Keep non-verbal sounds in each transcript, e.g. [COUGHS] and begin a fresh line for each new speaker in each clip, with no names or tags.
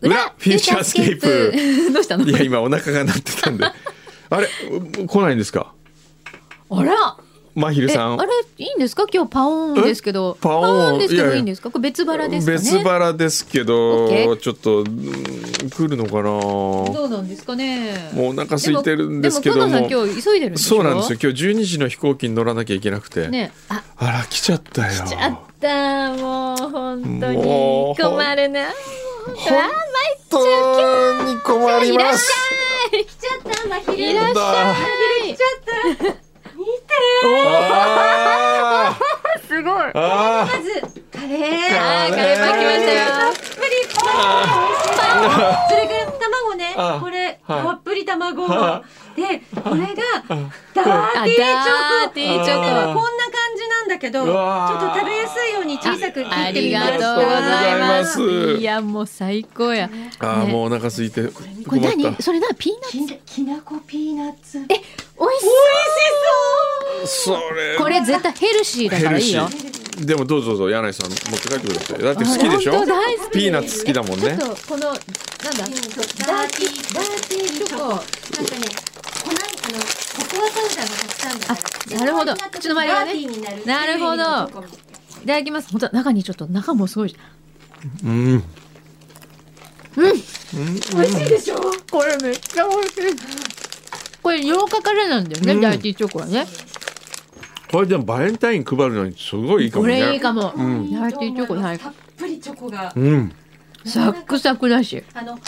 フューチャースケープ。
[LAUGHS] どうしたの
いや、今お腹が鳴ってたん
[LAUGHS]
で。あれ、来ないんですか
あら
まひる
え
さ
あ
ん。
れいいんですか今日パオーンですけど
えパオーン
ですけ
いやい
ど
や
いいんですかこれ別腹ですかね
別腹ですけ
オッケ
ど、
ー
ちょっと、うん来るのかな
どうなんですかね
もうお腹空いてるんですけども。
でも近藤さん今日急いでるんでしょ
そうなんですよ。今日12時の飛行機に乗らなきゃいけなくて。
ねあ
あら、来ちゃったよ。
来ちゃったーもう本当
も
に
うほん
困るな
本当に困ります。
来ちゃったまひ
い
る
らっしゃい
あ
すごい
ーあー。
まずカレー
あーカレーパン来ましたよ
たっぷりパンそれから卵ね
あ
これ
はい
たっぷり卵
は
でこれがダーティーチョ
あダー
コ
ティーチョコ
でもこんな感じなんだけどち
う
ょ
わー
っと食べやすいように小さく切
あ
って
り
みま
が
した
とうございます
ありがとうございます
いやもう最高や
あー
ね
もうお腹空いて困った。
これ何それなピーナッツ
きなきなこピーナッツ
え美味し
それ
そうこれ絶対ヘルシーだからいいよ
ヘルシーでもどうぞどうぞ柳井さん持って帰ってくださいだって好きでしょ
本当大好き
ピーナッツ好きだもんね
ちょっとこのなんだ
ダーティーダーティーチョコなんかね粉あのココアパウダーがたくさんだから
あなるほど
でこうなった時
ちょっと待って
ダーティーになる
なるほど
っていう意味のチョコも
いただきます本当だ中にちょっと中もすごい
うん
美味しいでしょ
これめっちゃ美味しいこれ8日からなんだよね、
うん
ダイティーチョコはね
これでもバレンタイン配るのにすごいいいか
こ
もね
れいいかも、
ん
ダイティーチョコはい
たっぷりチョコが
うん
サックサクだし
あの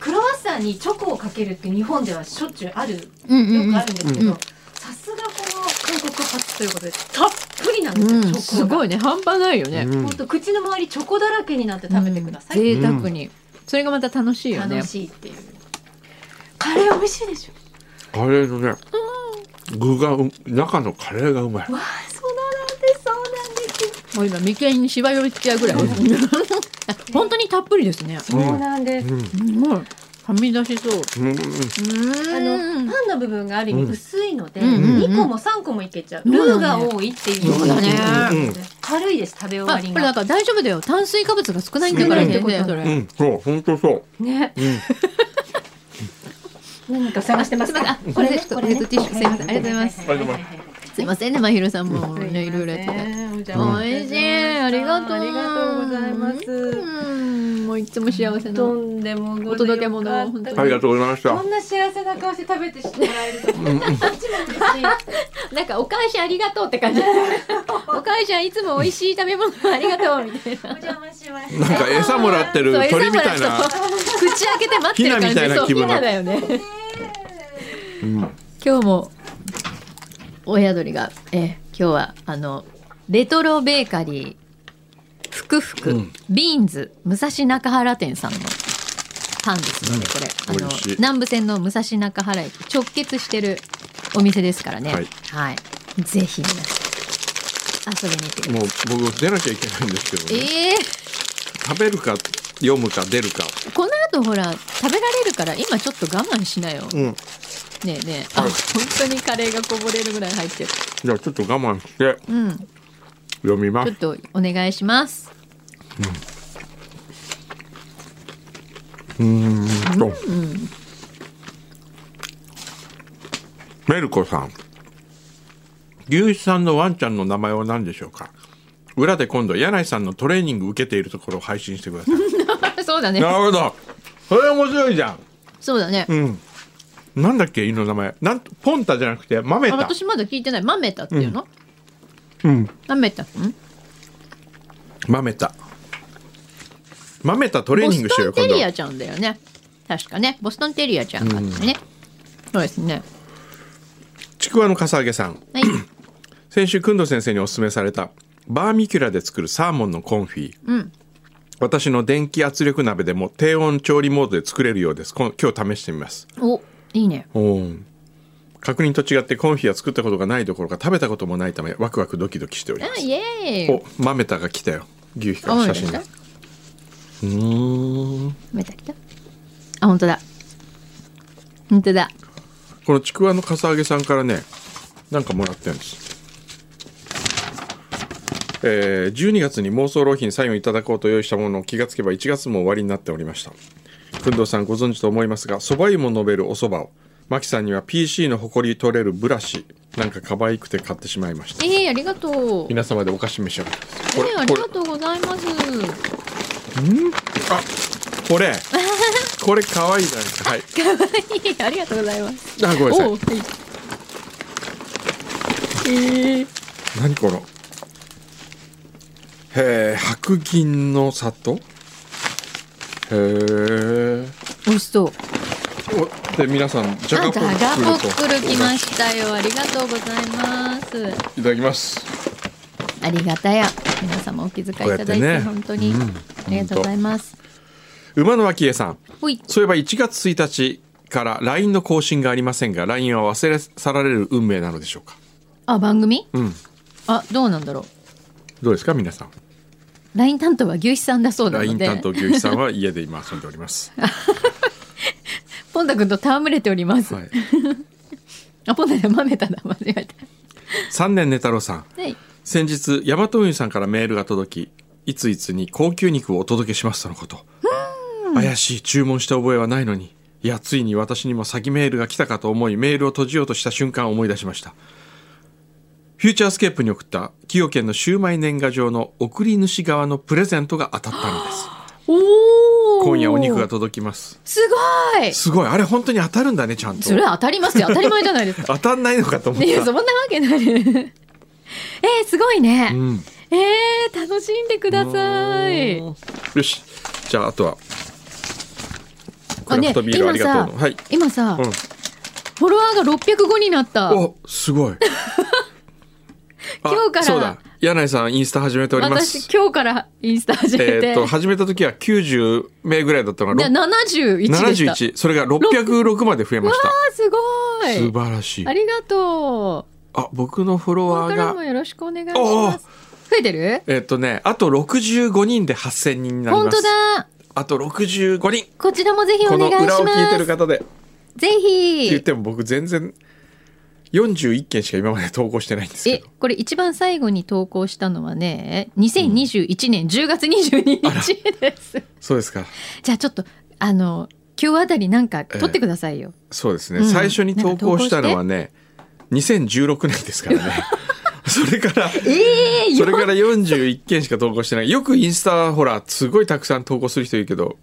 クロワッサンにチョコをかけるって日本ではしょっちゅうあるよ
うん
くあるんですけ
うんう
ど
ん
さすがこの韓国発ということでたっぷりなんです
う
よ
ん、
チョ
す
コが
ごいね半端ないよ
う
ね、
ん
本当口の周りチョコだらけになって食べてください
うん贅沢に、それがまた楽しいよね
楽しいっていうカレー美味しいでしょ
カレーのね具がう中のカレーがうまい
わあそうなんですそうなんです
もう今眉間にしわ寄りつきやぐらい [LAUGHS] 本当にたっぷりですねす
そうなんです
うん
ごいはみ出しそう
うん
あ
う
の
ん
パンの部分がある意味薄いので、
うんうんうん
2個も3個もいけちゃう、ルーが多いっていう
そうだね
うん
軽いです食べ終わ
あ
り
これだ
が
から大丈夫だよ炭水化物が少ないんだから
少ない
ね
ってこと
それ、
うんそう本当そう
ね、何か探してますか
あこれです
これね
これねティッシュすいませんありがとうございます
ありがとうございます
すいませんねまひるさんも
い
ねいろいろやってて
て
美味しいありがとう
ありがとうございます
うんもういつも幸せ
と
の
んでもございません
お届け物を本当に
ありがとうございました
こんな幸せな顔して食べてもらえるとこっちも嬉しい
なんかお返しありがとうって感
[LAUGHS]
じお返しはいつも美味しい食べ物ありがとうみたい
お
な
邪魔しまし
なん
た
か餌もらってる
そう
鳥みたい
餌もら
な
うと口開けて待ってる感じ
ヒナみたいな気分
そう
だ
ヒナだよね
うん
今日も親鳥が、えー今日はあのレトロベーカリーふくふく、
うん
ビーンズ武蔵中原店さんのパンですので、
うん
これあ
美
の
味しい
南武線の武蔵中原駅直結してるお店ですからね
は
はいい、ぜひ皆さん遊びに行ってください
もう僕出なきゃいけないんですけどね
え
食べるか読むか出るか
ー、この後ほら食べられるから今ちょっと我慢しなよ、
うん
ねえねえあ
はい
本当にカレーがこぼれるぐらい入ってる
じゃあちょっと我慢して
うん
読みま
ちょ
す
っとお願いします。 [LAUGHS]
うーんとメルコさん牛一さんのワンちゃんの名前は何でしょうか裏で今度柳井さんのトレーニング受けているところを配信してくだ
[LAUGHS]
さい
そうだね。
なるほどそれ面白いじゃん
そうだね。
うんなんだっけ犬の名前なんとポンタじゃなくてマメ
あ
タ
私まだ聞いてない。マメタっていうの？
うん
マメタ。ん
マメタマメタトレー
ボ
ニング
ス
しよ
ト
うよ今度
ンテリアちゃんだよね。確かね。ボストンテリアちゃんがあってね。そうですね。
ちくわのかさあげさん [COUGHS]
はい。
先週くんど先生におすすめされたバーミキュラで作るサーモンのコンフィ、
うん
私の電気圧力鍋でも低温調理モードで作れるようですこん今日試してみます
お、いいね。
確認と違ってコンフィは作ったことがないどころか食べたこともないためワクワクドキドキしておりま
あ、
す
イエーイ。
おマメタが来たよ牛皮か
あ、
ら
マメ
写真
タ来
が
た
う。ーん
マメタ来た。あ、本当だ。本当だ。
このちくわのかさあげさんからねなんかもらってるんですえー12月に妄想浪費にサインをいただこうと用意したものを気がつけば1月も終わりになっておりましたくんどうさんご存知と思いますが、そば湯も飲めるおそばを。マキさんには PC の埃取れるブラシなんか可愛くて買ってしまいました。
ええありがとう。え
皆様でお菓子召し上がってください。
えありがとうござい [LAUGHS] ます。
あ、これ。これ可愛いじゃないですか。はい。
かわいい。ありがとうございます。
あ、ごめんなさ
おう
い。
はいええ
何この。へえ、白銀の里。へえ。
美味しそう。
おで、皆さん、じゃ
あ
が
じ
ポ
ゃがポ
ックル
ックル
と。
来ましたよ。ありがとうございます。
いただきます。
ありがたや。皆様お気遣いいただいて
こうやってね
本当に、ありがとうございます。
馬の脇江さん。
ほい。
そういえば1月1日から LINE の更新がありませんが LINE は忘れ去られる運命なのでしょうか
あ番組？
うん
あどうなんだろう。
どうですか皆さん
ライン担当は牛肥さんだそうな
LINE
ので、
担当牛肥さんは家で今遊んでおり
[LAUGHS]
ます、は
ポンタ君と戯れております。
い、
あポンタで豆ただ間違えた。
3年寝太郎さん
はい。
先日大和運輸さんからメールが届きいついつに高級肉をお届けしますとのこと怪しい注文した覚えはないのにいやついに私にも詐欺メールが来たかと思いメールを閉じようとした瞬間を思い出しましたフューチャースケープに送った崎陽軒のシウマイ年賀状の送り主側のプレゼントが当たったのです [LAUGHS]
おお。
今夜お肉が。届きます
すごい。
すごいあれ本当に当たるんだねちゃんと
それは当たりますよ。当たり前じゃないですか。
当たんないのかと思っ
いや
た
そんなわけない。 [LAUGHS] えー、すごいね。
うん
えー、楽しんでください。
よしじゃああとはクラ
あ
フ
ね
トビールあ
今
りが
さ
とうの、はい、
今さ、
うん
フォロワーが605になった。
おす
[LAUGHS]
ごいあ
今日から
そうだ柳井さんインスタ始めておりま
私
す
今日からインスタ始め
え
て、
ーっと始めた時は90名ぐらいだったの
じゃ
が
71でした。
71それが606まで増えまし
あーすご
た素
い。
晴らしい
ありがとう。
あ僕のフォロ
こ
ワ
れ
ー
から
が
もよろしくお願いします。増えてる？
えーっとねあと65人で8000人になり
本
ます
当だ。
あと65人
こちらもぜひお
この
願いし
裏
ます。
を聞いてる方でって
ぜ
言っ
ひ。
ても僕全然41件しか今まで投稿してないんですけ
え
ど、
これ一番最後に投稿したのはね、2021年10月22日です。
そうですか
じゃあちょっとあの今日あたりなんか撮ってくださいよ。
そうですね、
うん
最初に投稿したのはね2016年ですから
[LAUGHS]
ねそれから
ええー、
それから41件しか投稿してないよくインスタほらすごいたくさん投稿する人いるけど、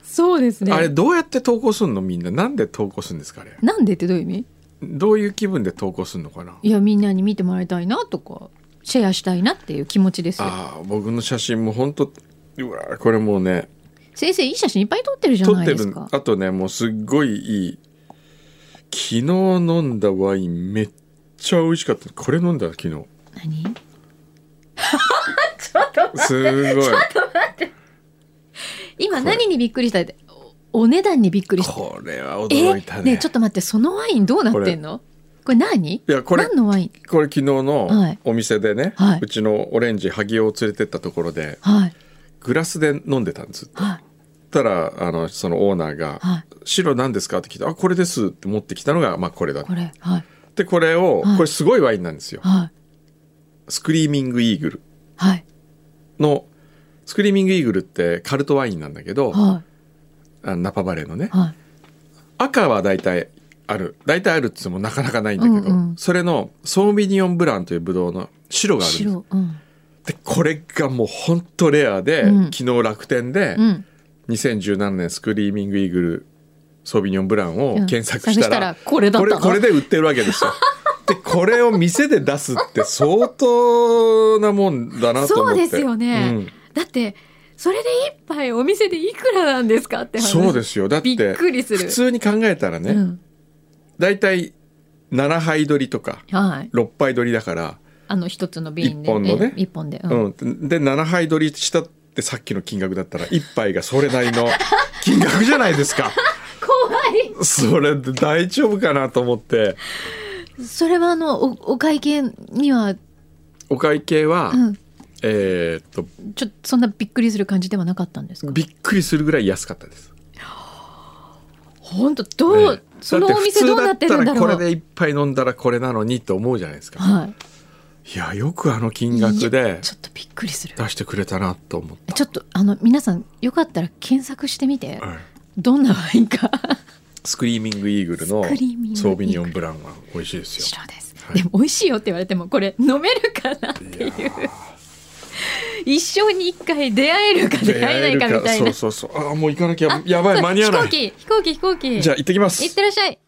そうですね。
あれどうやって投稿すんのみんななんで投稿するんですかあれ
なんでってどういう意味？
どういう気分で投稿するのかない
やみんなに見てもらいたいなとかシェアしたいなっていう気持ちですよ。
ああ僕の写真も本当うわーこれもうね
先生いい写真いっぱい撮ってるじゃ
撮
な
っ
い
て
です
る
か。
あとねもうすっごいいい昨日飲んだワインめっちゃ美味しかったこれ飲んだ昨日 [LAUGHS]
何？
すごい
今何にびっくりしたっておお値段にびっくりした。
これは驚いた
え
ね
ねえちょっと待ってそのワインどうなってんの？これ何？
いやこれ
何のワイン？
これ昨日の
はい
お店でね、
はいう
ちのオレンジ萩尾を連れてったところで
はい
グラスで飲んでたんです
はい
たらあのそのオーナーが
はい
「白何ですか?」って聞いて「あこれです」って持ってきたのが、まあ、これだ
これはい
でこれを、
はい
これすごいワインなんですよ
はい
スクリーミングイーグル
はい
のスクリーミングイーグルってカルトワインなんだけど
は
あのナパバレーのね
いはい
赤は大体ある大体あるっつってもなかなかないんだけど、
うんうん
それのソーミニオンブランというブドウの白があるんです
白うん
でこれがもうほんとレアで、
うん
昨日楽天で
うん
2017年スクリーミングイーグルソービニョンブランを
うん
検索したら,、
探これだっ
こ
た
れ
の。
これで売ってるわけ
[LAUGHS]
ですよでこれを店で出すって相当なもんだなと思って
そうですよね
うん
だってそれで一杯お店でいくらなんですかって話。
そうですよだって
びっくりする
普通に考えたらね、
うん
だいたい7杯取りとか
はい。
6杯取りだから、
あの一つの瓶で
一本のね
ええ一本で、うん
うんで7杯取りしたってさっきの金額だったら1杯がそれなり
[LAUGHS]
の金額じゃないですか
怖
それで大丈夫かなと思って
いそれはあのおお会計には、
お会計は、
うん、
えーっと
ちょっとそんなびっくりする感じではなかったんですか
びっくりするぐらい安かったです、
本当どう、
ね
そのお店どうなってるんだ
って普通ったら
ろう
これで一杯飲んだらこれなのにと思うじゃないですか
はい
やよくあの金額
い
で
やちょっとびっくりする
出してくれたなと思って
ちょっとあの皆さんよかったら検索してみ
は
て、
い
どんなワインか
スクリーミングイーグルの
スクリーミングイーグル
ソービニオンブランは美味しいですよ
白です、
はい
でも美味しいよって言われてもこれ飲めるかなっていう一生に一回出会えるか出会えないかみたいな
そうそうそうあーもう行かなきゃやばい間に合わな
飛行
い
機飛行機飛行機
じゃあ行ってきます
いってらっしゃい